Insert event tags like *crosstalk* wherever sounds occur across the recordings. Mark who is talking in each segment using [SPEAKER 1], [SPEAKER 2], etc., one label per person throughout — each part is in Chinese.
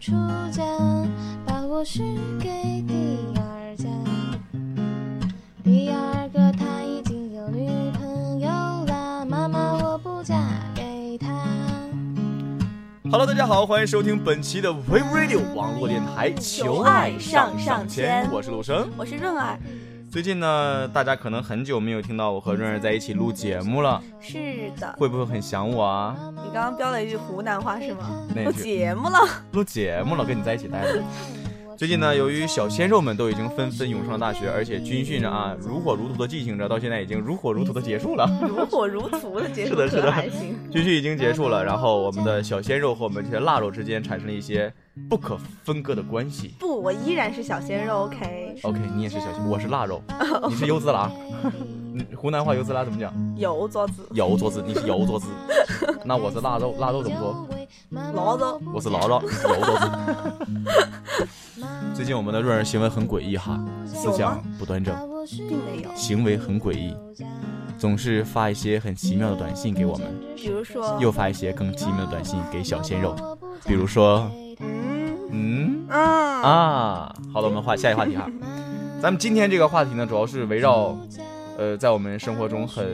[SPEAKER 1] 出嫁，把我许给第二家。第二个他已经有女朋友啦，妈妈我不嫁给他。
[SPEAKER 2] Hello，大家好，欢迎收听本期的 We Radio 网络电台，求爱上上签，我是陆生。
[SPEAKER 3] 我是润儿，
[SPEAKER 2] 最近呢，大家可能很久没有听到我和润儿在一起录节目了，
[SPEAKER 3] 是的，
[SPEAKER 2] 会不会很想我啊？
[SPEAKER 3] 你刚刚飙了一句湖南话
[SPEAKER 2] *laughs*
[SPEAKER 3] 是吗？
[SPEAKER 2] 那
[SPEAKER 3] 录
[SPEAKER 2] 句
[SPEAKER 3] 节目了，
[SPEAKER 2] 录节目了，跟你在一起待着。最近呢，由于小鲜肉们都已经纷纷涌上大学，而且军训着啊，如火如荼的进行着，到现在已经如火如荼的结束了。 *laughs*
[SPEAKER 3] 如火如荼的结
[SPEAKER 2] 是
[SPEAKER 3] 束
[SPEAKER 2] 的是的
[SPEAKER 3] 可还行。
[SPEAKER 2] 军训已经结束了，然后我们的小鲜肉和我们这些腊肉之间产生了一些不可分割的关系。
[SPEAKER 3] 不，我依然是小鲜肉，OK，
[SPEAKER 2] OK，你也是小鲜，我是腊肉，你是油滋 *laughs* 啦。嗯湖南话油滋啦怎么讲？
[SPEAKER 3] 有桌子，
[SPEAKER 2] 油做子，你是油做
[SPEAKER 3] *laughs*
[SPEAKER 2] 子，那我是腊肉，腊肉怎么说？
[SPEAKER 3] 老子
[SPEAKER 2] 我是腊肉，油做子。 *laughs* 最近我们的润儿行为很诡异哈，思想不端正，
[SPEAKER 3] 并没有。
[SPEAKER 2] 行为很诡异，总是发一些很奇妙的短信给我们，
[SPEAKER 3] 比如说，
[SPEAKER 2] 又发一些更奇妙的短信给小鲜肉，比如说，
[SPEAKER 3] 嗯
[SPEAKER 2] 嗯
[SPEAKER 3] 嗯，
[SPEAKER 2] 啊，好了，我们话下一话题哈。咱们今天这个话题呢，主要是围绕，呃，在我们生活中很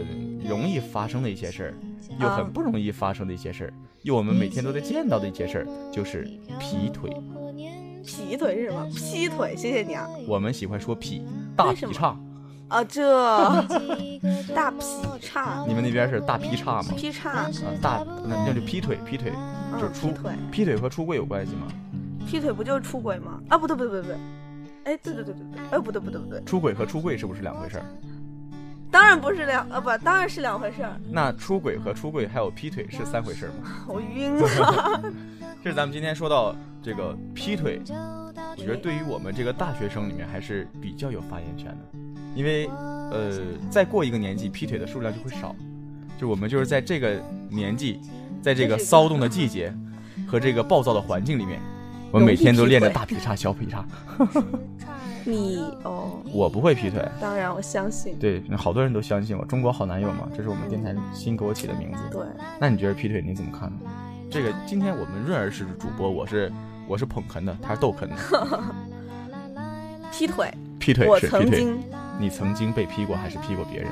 [SPEAKER 2] 容易发生的一些事儿，又
[SPEAKER 3] 啊
[SPEAKER 2] 很不容易发生的一些事儿，又我们每天都在见到的一些事儿，就是劈腿。
[SPEAKER 3] 劈腿是什么？劈腿，谢谢你啊。
[SPEAKER 2] 我们喜欢说劈，大劈
[SPEAKER 3] 为什
[SPEAKER 2] 叉。
[SPEAKER 3] 啊，这 *laughs* 大劈叉，
[SPEAKER 2] 你们那边是大劈叉吗？
[SPEAKER 3] 劈叉，
[SPEAKER 2] 啊，大那那就劈腿，劈腿 *laughs* 就是
[SPEAKER 3] 嗯，
[SPEAKER 2] 出
[SPEAKER 3] 劈腿，
[SPEAKER 2] 劈腿和出柜有关系吗？
[SPEAKER 3] 劈腿不就是出轨吗？啊，不对不对不对不对，哎，对对对对对，哎，不对不对不对，
[SPEAKER 2] 出轨和出柜是不是两回事儿？
[SPEAKER 3] 当然不是两，啊，不，当然是两回事儿。
[SPEAKER 2] 那出轨和出柜还有劈腿是三回事儿吗？ *laughs*
[SPEAKER 3] 我晕了，
[SPEAKER 2] 这是咱们今天说到这个劈腿，我觉得对于我们这个大学生里面还是比较有发言权的，因为呃，再过一个年纪，劈腿的数量就会少，就我们就是在这个年纪，在这个骚动的季节和这个暴躁的环境里面，我每天都练着大劈叉、小劈叉。
[SPEAKER 3] 你哦，
[SPEAKER 2] 我不会劈腿，
[SPEAKER 3] 当然我相信，
[SPEAKER 2] 对，好多人都相信我。中国好男友嘛，这是我们电台新给我起的名字。
[SPEAKER 3] 对，
[SPEAKER 2] 那你觉得劈腿你怎么看呢？这个今天我们润儿是主播，我是我是捧哏的，他是逗
[SPEAKER 3] *laughs*
[SPEAKER 2] 哏的。
[SPEAKER 3] 劈腿，
[SPEAKER 2] 劈腿
[SPEAKER 3] 我
[SPEAKER 2] 是劈
[SPEAKER 3] 曾
[SPEAKER 2] 腿，
[SPEAKER 3] 经，
[SPEAKER 2] 你曾经被劈过还是劈过别人？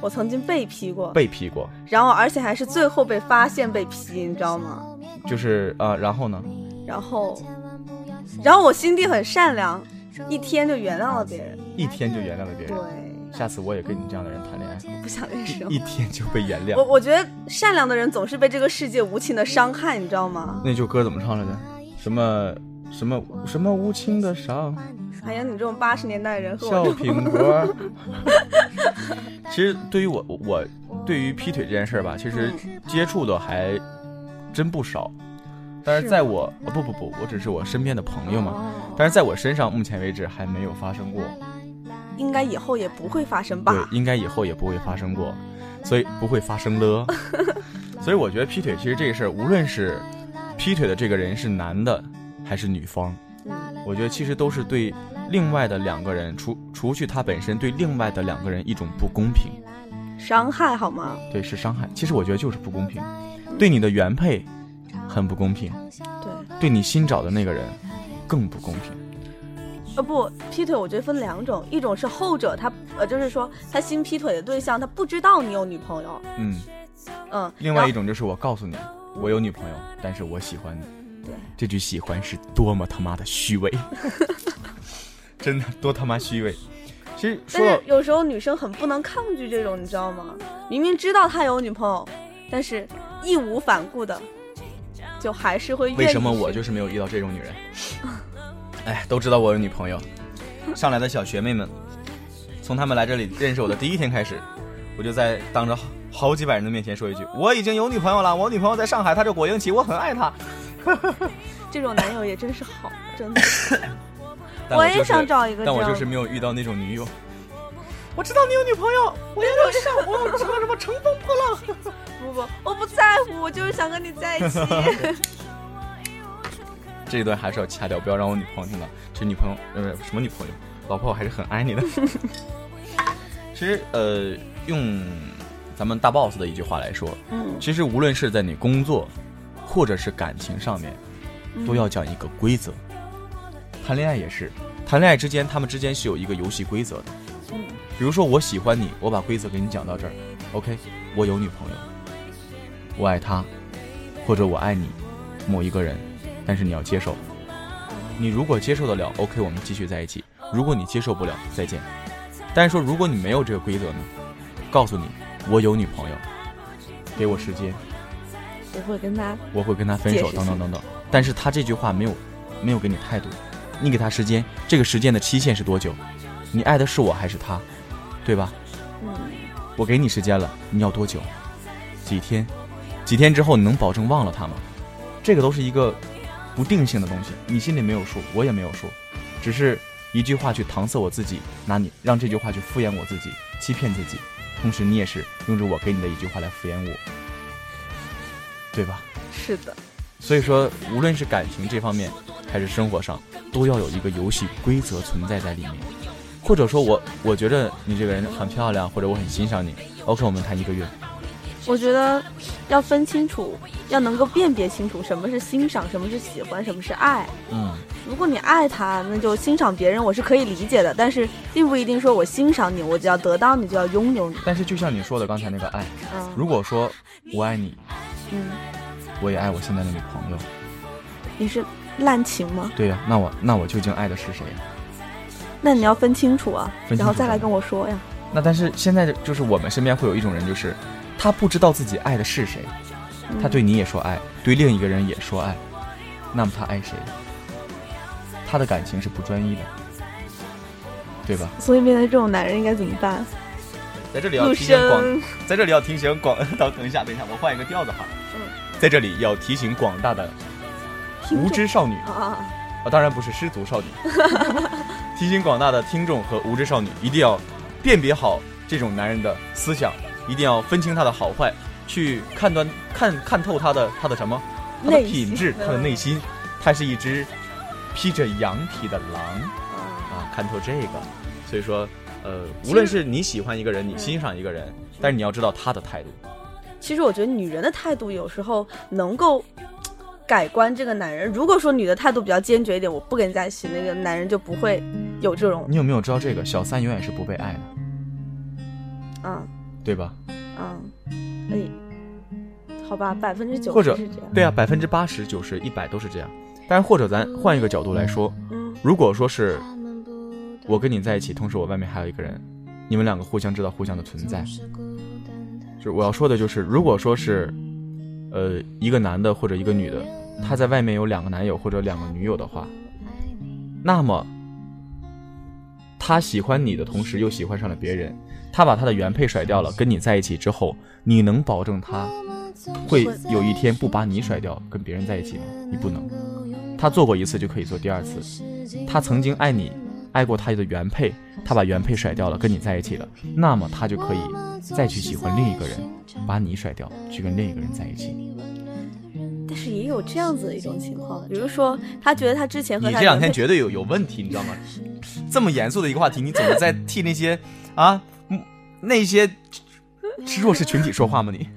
[SPEAKER 3] 我曾经被劈过，
[SPEAKER 2] 被劈过，
[SPEAKER 3] 然后而且还是最后被发现被劈，你知道吗？
[SPEAKER 2] 就是啊、呃然后呢？
[SPEAKER 3] 然后，然后我心地很善良，一天就原谅了别人。
[SPEAKER 2] 一天就原谅了别
[SPEAKER 3] 对
[SPEAKER 2] 人。，下次我也跟你这样的人谈恋爱，
[SPEAKER 3] 不想认识我
[SPEAKER 2] 一。天就被原
[SPEAKER 3] 我
[SPEAKER 2] 谅。
[SPEAKER 3] 我觉得善良的人总是被这个世界无情的伤害，你知道吗？
[SPEAKER 2] 那首歌怎么唱来着？什么什么什么无情的伤，
[SPEAKER 3] 哎呀，你这种八十年代人
[SPEAKER 2] *laughs*
[SPEAKER 3] 和
[SPEAKER 2] 笑
[SPEAKER 3] 我这种，
[SPEAKER 2] 苹果。 *laughs* 其实对于我我对于劈腿这件事儿吧，其实接触的还真不少，但是哦
[SPEAKER 3] 是
[SPEAKER 2] 在我哦不不不，我只是我身边的朋友嘛。
[SPEAKER 3] *laughs*
[SPEAKER 2] 但是在我身上，目前为止还没有发生过，
[SPEAKER 3] 哦应该以后也不会发生吧？
[SPEAKER 2] 对，应该以后也不会发生过，所以不会发生 *laughs* 了。所以我觉得劈腿其实这个事儿，无论是劈腿的这个人是男的还是女方，我觉得其实都是对另外的两个人，除除去他本身对另外的两个人一种不公平，
[SPEAKER 3] 伤害好吗？
[SPEAKER 2] 对，是伤害。其实我觉得就是不公平，对你的原配很不公平，
[SPEAKER 3] 对，
[SPEAKER 2] 对你新找的那个人更不公平。
[SPEAKER 3] 呃不，劈腿我觉得分两种，一种是后者他呃就是说他新劈腿的对象他不知道你有女朋友，
[SPEAKER 2] 嗯，
[SPEAKER 3] 嗯，
[SPEAKER 2] 另外一种就是我告诉你，我有女朋友，但是我喜欢你。
[SPEAKER 3] 对，
[SPEAKER 2] 这句喜欢是多么他妈的虚伪， *laughs* 真的多他妈虚伪。其实
[SPEAKER 3] 但
[SPEAKER 2] 说到
[SPEAKER 3] 是有时候女生很不能抗拒这种，你知道吗？明明知道他有女朋友，但是义无反顾的，就还是会愿意
[SPEAKER 2] 为什么
[SPEAKER 3] 去
[SPEAKER 2] 我就是没有遇到这种女人？ *laughs* 哎，都知道我有女朋友。上来的小学妹们，从她们来这里认识我的第一天开始，我就在当着好好几百人的面前说一句：我已经有女朋友了，我女朋友在上海，她叫果英奇，我很爱她。
[SPEAKER 3] 这种男友也真是好，真的，
[SPEAKER 2] 但
[SPEAKER 3] 我
[SPEAKER 2] 就是
[SPEAKER 3] 也想找一个这
[SPEAKER 2] 但
[SPEAKER 3] 样的。
[SPEAKER 2] 我就是没有遇到那种女
[SPEAKER 3] *laughs*
[SPEAKER 2] 友。我知道你有女朋友，我也有上，我有什么什么乘风破浪。
[SPEAKER 3] 不不，我不在乎，我就是想跟你在一起。
[SPEAKER 2] 这一段还是要掐掉，不要让我女朋友听到。其实女朋友，呃，什么女朋友，老婆，我还是很爱你的。其实，呃，用咱们大 boss 的一句话来说，
[SPEAKER 3] *laughs* 嗯，
[SPEAKER 2] 其实无论是在你工作，或者是感情上面，都要讲一个规则。谈恋爱也是，谈恋爱之间他们之间是有一个游戏规则的。
[SPEAKER 3] 嗯，
[SPEAKER 2] 比如说我喜欢你，我把规则给你讲到这儿，OK，我有女朋友，我爱她，或者我爱你某一个人，但是你要接受。你如果接受得了，OK，我们继续在一起；如果你接受不了，再见。但是说如果你没有这个规则呢，告诉你我有女朋友，给我时间，
[SPEAKER 3] 我会跟他
[SPEAKER 2] 我会跟她分手，
[SPEAKER 3] 解释
[SPEAKER 2] 等等等等。但是他这句话没有没有给你态度，你给他时间，这个时间的期限是多久？你爱的是我还是他，对吧？
[SPEAKER 3] 嗯
[SPEAKER 2] 我给你时间了，你要多久？几天？几天之后你能保证忘了他吗？这个都是一个不定性的东西，你心里没有数，我也没有数，只是一句话去搪塞我自己，拿你让这句话去敷衍我自己，欺骗自己，同时你也是用着我给你的一句话来敷衍我，对吧？
[SPEAKER 3] 是的，
[SPEAKER 2] 所以说，无论是感情这方面，还是生活上，都要有一个游戏规则存在在里面。或者说我我觉得你这个人很漂亮，或者我很欣赏你，OK，我们谈一个月。
[SPEAKER 3] 我觉得要分清楚，要能够辨别清楚什么是欣赏，什么是喜欢，什么是爱。
[SPEAKER 2] 嗯，
[SPEAKER 3] 如果你爱他，那就欣赏别人，我是可以理解的。但是并不一定说我欣赏你，我就要得到你，就要拥有你。
[SPEAKER 2] 但是就像你说的刚才那个爱，
[SPEAKER 3] 嗯
[SPEAKER 2] 如果说我爱你，
[SPEAKER 3] 嗯，
[SPEAKER 2] 我也爱我现在的女朋友，
[SPEAKER 3] 你是滥情吗？
[SPEAKER 2] 对呀、那我那我究竟爱的是谁呀？
[SPEAKER 3] 那你要分清楚啊，
[SPEAKER 2] 分清楚
[SPEAKER 3] 然后再来跟我说呀。
[SPEAKER 2] 那但是现在就是我们身边会有一种人，就是他不知道自己爱的是谁，
[SPEAKER 3] 嗯
[SPEAKER 2] 他对你也说爱，对另一个人也说爱，那么他爱谁？他的感情是不专一的，对吧？
[SPEAKER 3] 所以面对这种男人应该怎么办？
[SPEAKER 2] 在这里
[SPEAKER 3] 陆生，
[SPEAKER 2] 在这里要提醒广，等等一下，等一下，我换一个调子哈。
[SPEAKER 3] 嗯
[SPEAKER 2] 在这里要提醒广大的
[SPEAKER 3] 听
[SPEAKER 2] 无
[SPEAKER 3] 众
[SPEAKER 2] 知少女
[SPEAKER 3] 啊，
[SPEAKER 2] 啊，当然不是失足少女，提醒广大的听众和无知少女一定要辨别好这种男人的思想，一定要分清他的好坏，去判断看看透他的他的什么，他的
[SPEAKER 3] 内心
[SPEAKER 2] 品质，他的内心，嗯他是一只披着羊皮的狼
[SPEAKER 3] 啊
[SPEAKER 2] 啊，看透这个，所以说。呃，
[SPEAKER 3] 其实
[SPEAKER 2] 无论是你喜欢一个人，你欣赏一个人，但是你要知道他的态度。
[SPEAKER 3] 其实我觉得女人的态度有时候能够改观这个男人。如果说女的态度比较坚决一点，我不跟你在一起，那个男人就不会有这种
[SPEAKER 2] 你有没有知道这个？小三永远是不被爱的，嗯
[SPEAKER 3] 啊
[SPEAKER 2] 对吧？
[SPEAKER 3] 啊，哎，好吧，百分之九
[SPEAKER 2] 或
[SPEAKER 3] 十
[SPEAKER 2] 者
[SPEAKER 3] 是这样。
[SPEAKER 2] 对啊，百分之八十、九十、一百都是这样。但是或者咱换一个角度来说，
[SPEAKER 3] 嗯
[SPEAKER 2] 如果说是我
[SPEAKER 1] 我
[SPEAKER 2] 跟你在一起，同时我外面还有一个人，你们两个互相知道互相的存在。就是我要说的就是，如果说是，呃，一个男的或者一个女的，他在外面有两个男友或者两个女友的话，那么他喜欢你的同时又喜欢上了别人，他把他的原配甩掉了，跟你在一起之后，你能保证他会有一天不把你甩掉，跟别人在一起吗？你不能。他做过一次就可以做第二次，他曾经爱你，爱过他的原配，他把原配甩掉了，跟你在一起了，那么他就可以再去喜欢另一个人，把你甩掉，去跟另一个人在一起。
[SPEAKER 3] 但是也有这样子的一种情况，比如说他觉得他之前和
[SPEAKER 2] 你
[SPEAKER 3] 他
[SPEAKER 2] 这两
[SPEAKER 3] 原
[SPEAKER 2] 天绝对有有问题，你知道吗？ *laughs* 这么严肃的一个话题，你怎么在替那些啊嗯那些弱势群体说话吗？你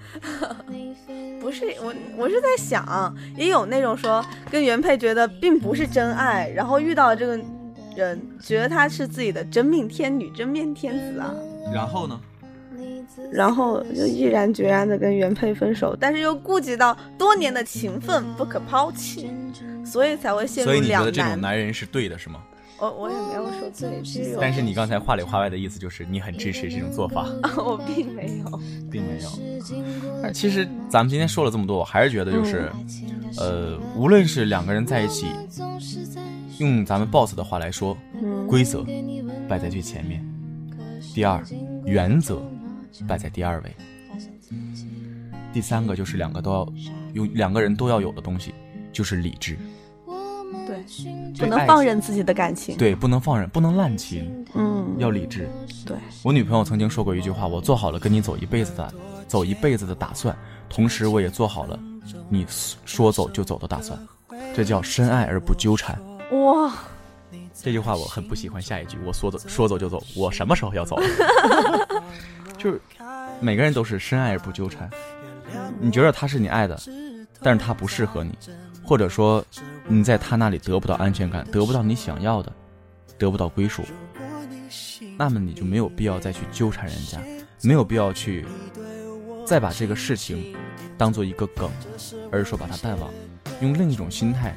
[SPEAKER 3] 不是我，我是在想，也有那种说跟原配觉得并不是真爱，然后遇呃到这个人，觉得他是自己的真命天女、真命天子啊，
[SPEAKER 2] 然后呢？
[SPEAKER 3] 然后就毅然决然的跟原配分手，但是又顾及到多年的情分不可抛弃，所以才会陷入
[SPEAKER 2] 所以你觉
[SPEAKER 3] 两
[SPEAKER 2] 得这种男人是对的，是吗？
[SPEAKER 3] 我我也没有说对，只有
[SPEAKER 2] 但是你刚才话里话外的意思就是你很支持这种做法，
[SPEAKER 3] *laughs* 我并没有，
[SPEAKER 2] 并没有。但其实咱们今天说了这么多，我还是觉得就是，
[SPEAKER 3] 嗯
[SPEAKER 2] 呃，无论是两个人在一起，用咱们 boss 的话来说，
[SPEAKER 3] 嗯
[SPEAKER 2] 规则摆在最前面，第二，原则摆在第二位，第三个就是两个都要有两个人都要有的东西，就是理智，
[SPEAKER 3] 对，不
[SPEAKER 2] 对
[SPEAKER 3] 能
[SPEAKER 2] 爱
[SPEAKER 3] 放
[SPEAKER 2] 情
[SPEAKER 3] 任自己的感情，
[SPEAKER 2] 对，不能放任，不能滥情，
[SPEAKER 3] 嗯，
[SPEAKER 2] 要理智。
[SPEAKER 3] 对，
[SPEAKER 2] 我女朋友曾经说过一句话：“我做好了跟你走一辈子的走一辈子的打算，同时我也做好了你说走就走的打算。”这叫深爱而不纠缠。
[SPEAKER 3] 哇，
[SPEAKER 2] 这句话我很不喜欢。下一句我说走说走就走，我什么时候要走？ *laughs* 就是每个人都是深爱而不纠缠。你觉得他是你爱的，但是他不适合你，或者说你在他那里得不到安全感，得不到你想要的，得不到归属，那么你就没有必要再去纠缠人家，没有必要去再把这个事情当做一个梗，而是说把它淡忘，用另一种心态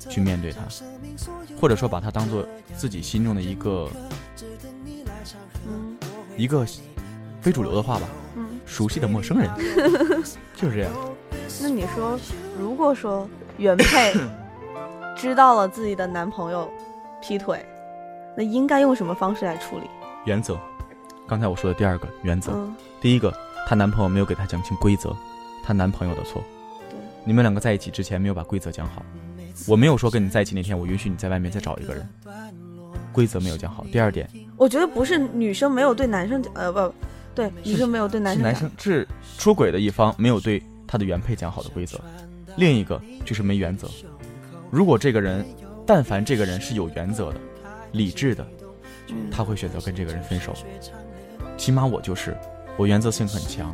[SPEAKER 2] 去面对它，或者说把它当做自己心中的一个
[SPEAKER 3] 嗯
[SPEAKER 2] 一个非主流的话吧，
[SPEAKER 3] 嗯，
[SPEAKER 2] 熟悉的陌
[SPEAKER 3] *laughs*
[SPEAKER 2] 生人，就是这样。
[SPEAKER 3] 那你说，如果说原
[SPEAKER 2] *coughs*
[SPEAKER 3] 配知道了自己的男朋友劈腿，那应该用什么方式来处理？
[SPEAKER 2] 原则，刚才我说的第二个原则，
[SPEAKER 3] 嗯，
[SPEAKER 2] 第一个，她男朋友没有给她讲清规则，她男朋友的错。
[SPEAKER 3] 对
[SPEAKER 2] 你们两个在一起之前没有把规则讲好，我没有说跟你在一起那天我允许你在外面再找一个人，规则没有讲好。第二点
[SPEAKER 3] 我觉得不是女生没有对男生讲，呃，不，对，女生没有对男
[SPEAKER 2] 是
[SPEAKER 3] 生
[SPEAKER 2] 男
[SPEAKER 3] 讲，
[SPEAKER 2] 生是出轨的一方没有对他的原配讲好的规则，另一个就是没原则。如果这个人，但凡这个人是有原则的、理智的，
[SPEAKER 3] 嗯
[SPEAKER 2] 他会选择跟这个人分手。起码我就是，我原则性很强。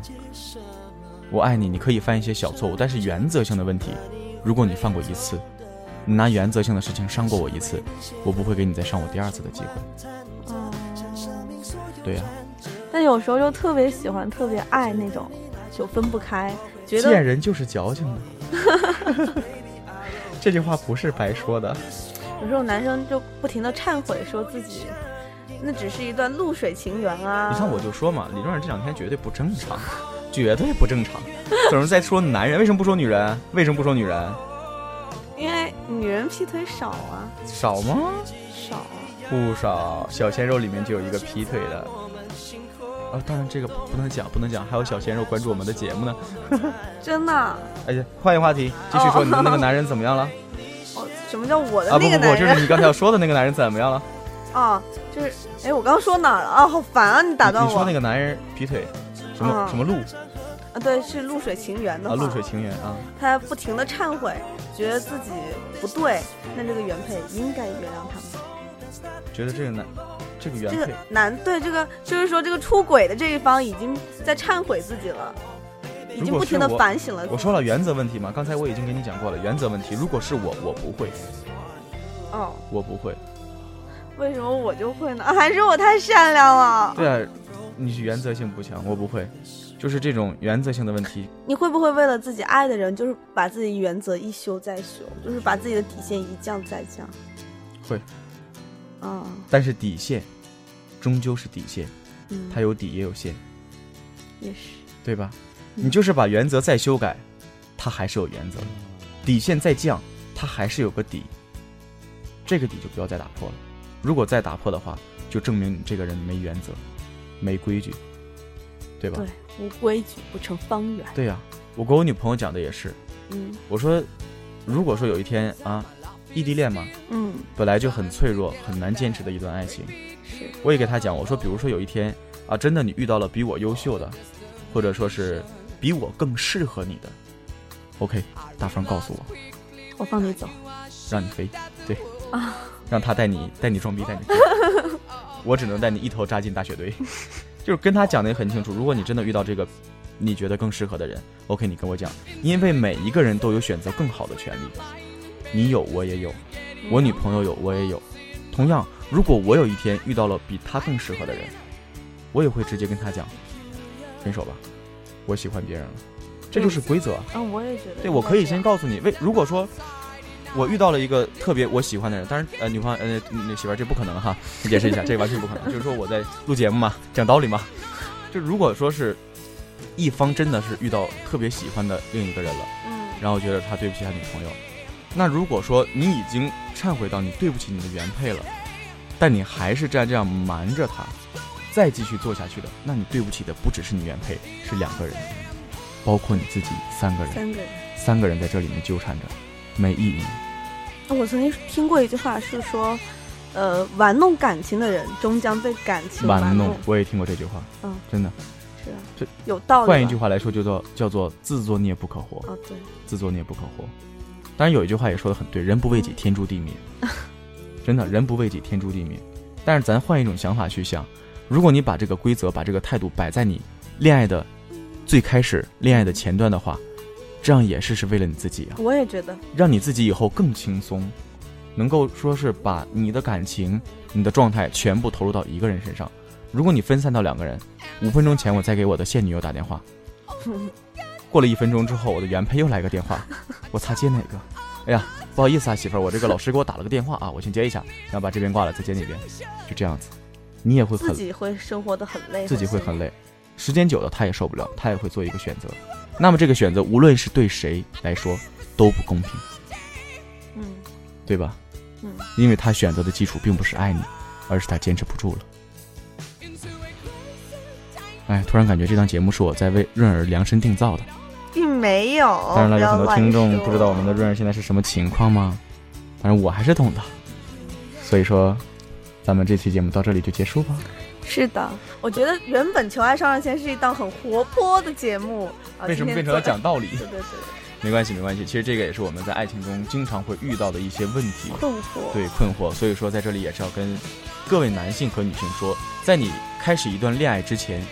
[SPEAKER 2] 我爱你，你可以犯一些小错误，但是原则性的问题，如果你犯过一次，你拿原则性的事情伤过我一次，我不会给你再伤我第二次的机会。
[SPEAKER 3] 哦
[SPEAKER 2] 对呀、
[SPEAKER 3] 但有时候就特别喜欢、特别爱那种，就分不开，觉
[SPEAKER 2] 见
[SPEAKER 3] 得
[SPEAKER 2] 人就是矫情嘛。 *laughs* 这句话不是白说的。
[SPEAKER 3] 有时候男生就不停的忏悔，说自己那只是一段露水情缘啊。
[SPEAKER 2] 你看我就说嘛，理论上这两天绝对不正常，绝对不正常。总是在说男人，为什么不说女人？为什么不说女人？
[SPEAKER 3] 因为女人劈腿少啊，
[SPEAKER 2] 少吗？
[SPEAKER 3] 少啊。
[SPEAKER 2] 不少，小鲜肉里面就有一个劈腿的。啊，当然这个不能讲，不能讲。还有小鲜肉关注我们的节目呢。
[SPEAKER 3] 真的啊，
[SPEAKER 2] 哎呀，换一个话题，继续说
[SPEAKER 3] 哦
[SPEAKER 2] 你的那个男人怎么样
[SPEAKER 3] *laughs*
[SPEAKER 2] 了？
[SPEAKER 3] 哦，什么叫我的
[SPEAKER 2] 啊，不不
[SPEAKER 3] 那个
[SPEAKER 2] 不，
[SPEAKER 3] 男
[SPEAKER 2] 就
[SPEAKER 3] 人
[SPEAKER 2] 是你刚才要说的那个男人怎么样了？
[SPEAKER 3] 啊？就是，哎，我刚说哪儿了啊？好烦啊！ *laughs* 你打断
[SPEAKER 2] 你
[SPEAKER 3] 我。
[SPEAKER 2] 你说那个男人劈腿，什么
[SPEAKER 3] 嗯
[SPEAKER 2] 什么路
[SPEAKER 3] 啊，对，是露水情缘的
[SPEAKER 2] 啊？
[SPEAKER 3] 话，
[SPEAKER 2] 露水情缘啊？
[SPEAKER 3] 他不停的忏悔，觉得自己不对，那这个原配应该原谅他们。
[SPEAKER 2] 觉得这个男，这个原
[SPEAKER 3] 这个
[SPEAKER 2] 配
[SPEAKER 3] 男对这个就是说这个出轨的这一方已经在忏悔自己了，已
[SPEAKER 2] 如
[SPEAKER 3] 经
[SPEAKER 2] 果
[SPEAKER 3] 不停
[SPEAKER 2] 是
[SPEAKER 3] 的
[SPEAKER 2] 我
[SPEAKER 3] 反省了。
[SPEAKER 2] 我说了原则问题嘛，刚才我已经跟你讲过了，原则问题。如果是我，我不会，
[SPEAKER 3] 哦，
[SPEAKER 2] 我不会。
[SPEAKER 3] 为什么我就会呢？啊还是我太善良了？
[SPEAKER 2] 对啊，你是原则性不强，我不会，就是这种原则性的问题。
[SPEAKER 3] 你会不会为了自己爱的人，就是把自己原则一修再修，就是把自己的底线一降再降？
[SPEAKER 2] 会。
[SPEAKER 3] 啊，
[SPEAKER 2] 但是底线，终究是底线，
[SPEAKER 3] 嗯，
[SPEAKER 2] 它有底也有线，
[SPEAKER 3] 也是。
[SPEAKER 2] 对吧？
[SPEAKER 3] 嗯
[SPEAKER 2] 你就是把原则再修改，它还是有原则；底线再降，它还是有个底。这个底就不要再打破了。如果再打破的话，就证明你这个人没原则，没规矩，对吧？
[SPEAKER 3] 对，无规矩不成方圆。
[SPEAKER 2] 对呀、我跟我女朋友讲的也是，
[SPEAKER 3] 嗯
[SPEAKER 2] 我说，如果说有一天啊，异地恋嘛，
[SPEAKER 3] 嗯，
[SPEAKER 2] 本来就很脆弱、很难坚持的一段爱情，
[SPEAKER 3] 是。
[SPEAKER 2] 我也给他讲，我说，比如说有一天啊，真的你遇到了比我优秀的，或者说是比我更适合你的，OK，大方告诉我，
[SPEAKER 3] 我放你走。
[SPEAKER 2] 让你飞，对，
[SPEAKER 3] 啊，
[SPEAKER 2] 让他带你带你装逼带你飞，我只能带你一头扎进大雪堆，就是跟他讲的也很清楚，如果你真的遇到这个你觉得更适合的人，OK，你跟我讲，因为每一个人都有选择更好的权利，你有我也有，我女朋友有我也有，同样，如果我有一天遇到了比他更适合的人，我也会直接跟他讲，分手吧，我喜欢别人了，这就是规则啊。
[SPEAKER 3] 嗯，我也觉得。
[SPEAKER 2] 对，我可以先。告诉你，为如果说我遇到了一个特别我喜欢的人，当然呃，女朋友呃，那媳妇儿这不可能哈，你解释一下，这个完全不可能。就是说我在录节目嘛，讲道理嘛，就如果说是一方真的是遇到特别喜欢的另一个人了，
[SPEAKER 3] 嗯
[SPEAKER 2] 然后觉得他对不起他女朋友，那如果说你已经忏悔到你对不起你的原配了，但你还是这样这样瞒着他，再继续做下去的，那你对不起的不只是你原配，是两个人，包括你自己三个人。
[SPEAKER 3] 三个人。
[SPEAKER 2] 三个人在这里面纠缠着，没意义。
[SPEAKER 3] 我曾经听过一句话是说，呃，玩弄感情的人终将被感情
[SPEAKER 2] 玩
[SPEAKER 3] 弄
[SPEAKER 2] 弄，。我也听过这句话，
[SPEAKER 3] 嗯，
[SPEAKER 2] 真的。
[SPEAKER 3] 是啊，
[SPEAKER 2] 这
[SPEAKER 3] 有道理吧。
[SPEAKER 2] 换一句话来说，就叫叫做自作孽不可活，
[SPEAKER 3] 啊，对，
[SPEAKER 2] 自作孽不可活。当然有一句话也说的很对，人不为己，天诛地灭。真的，人不为己，天诛地灭。但是咱换一种想法去想，如果你把这个规则、把这个态度摆在你恋爱的最开始、恋爱的前段的话，这样也是是为了你自己啊，
[SPEAKER 3] 我也觉
[SPEAKER 2] *laughs*
[SPEAKER 3] 得，
[SPEAKER 2] 让你自己以后更轻松，能够说是把你的感情、你的状态全部投入到一个人身上。如果你分散到两个人，五分钟前我再给我的现女友打电话，过了一分钟之后，我的原配又来个电 *laughs* 话，我擦接哪个？哎呀，不好意思啊，媳妇儿，我这个老师给我打了个电话啊，我先接一下，然后把这边挂了再接那边，就这样子，你也会
[SPEAKER 3] 自
[SPEAKER 2] 很
[SPEAKER 3] 己会生活的很累，
[SPEAKER 2] 自己会很累，时间久了他也受不了，他也会做一个选择。那么这个选择无论是对谁来说都不公平，
[SPEAKER 3] 嗯，
[SPEAKER 2] 对吧？
[SPEAKER 3] 嗯，
[SPEAKER 2] 因为他选择的基础并不是爱你，而是他坚持不住了。哎，突然感觉这档节目是我在为润儿量身定造的。
[SPEAKER 3] 并没有。
[SPEAKER 2] 当哦然了，有很多听众不知道我们的
[SPEAKER 3] 不
[SPEAKER 2] 润儿现在是什么情况吗？反正我还是懂的。所以说，咱们这期节目到这里就结束吧。
[SPEAKER 3] 要乱说是的，我觉得原本《求爱上上签》是一档很活泼的节目，啊
[SPEAKER 2] 为什么变成了讲？道理？
[SPEAKER 3] 今天做对对对，
[SPEAKER 2] *laughs* 没关系，没关系。其实这个也是我们在爱情中经常会遇到的一些问题。 *laughs*
[SPEAKER 3] 困惑。
[SPEAKER 2] 对困惑，所以说在这里也是要跟各位男性和女性说，在你开始一段恋爱之前，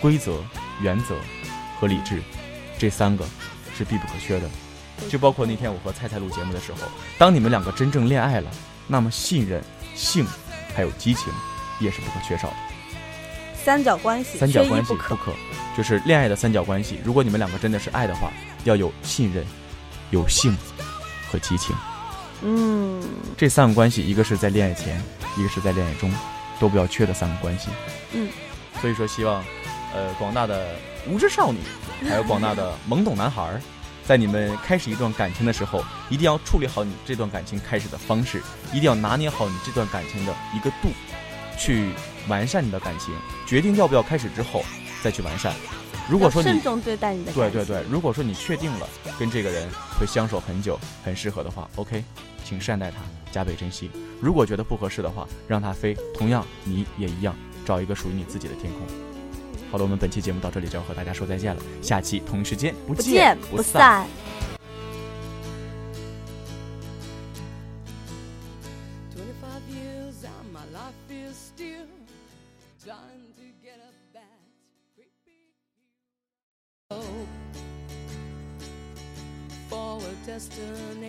[SPEAKER 2] 规则、原则和理智这三个是必不可缺的。就包括那天我和菜菜录节目的时候，当你们两个真正恋爱了，那么信任、性还有激情也是不可缺少的。
[SPEAKER 3] 三角关系，
[SPEAKER 2] 三角
[SPEAKER 3] 缺一
[SPEAKER 2] 关系
[SPEAKER 3] 不可。
[SPEAKER 2] 可，就是恋爱的三角关系。如果你们两个真的是爱的话，要有信任、有性和激情。
[SPEAKER 3] 嗯，
[SPEAKER 2] 这三个关系，一个是在恋爱前，一个是在恋爱中，都不要缺的三个关系。
[SPEAKER 3] 嗯，
[SPEAKER 2] 所以说希望，呃，广大的无知少女，还有广大的懵懂男孩儿，在你们开始一段感情的时候，一定要处理好你这段感情开始的方式，一定要拿捏好你这段感情的一个度，去完善你的感情，决定要不要开始之后再去完善。如
[SPEAKER 3] 如
[SPEAKER 2] 果说你
[SPEAKER 3] 慎重对待你的
[SPEAKER 2] 对
[SPEAKER 3] 感
[SPEAKER 2] 对
[SPEAKER 3] 情
[SPEAKER 2] 对，如果说你确定了跟这个人会相守很久、很适合的话，OK，请善待他，加倍珍惜。如果觉得不合适的话，让他飞。同样，你也一样，找一个属于你自己的天空。好了，我们本期节目到这里就要和大家说再见了，下期同一时间不
[SPEAKER 3] 不
[SPEAKER 2] 见
[SPEAKER 3] 见
[SPEAKER 2] 不
[SPEAKER 3] 不
[SPEAKER 2] 散。
[SPEAKER 3] 散。
[SPEAKER 4] 25 years and my life is still trying to get up that creepy hill for a destination.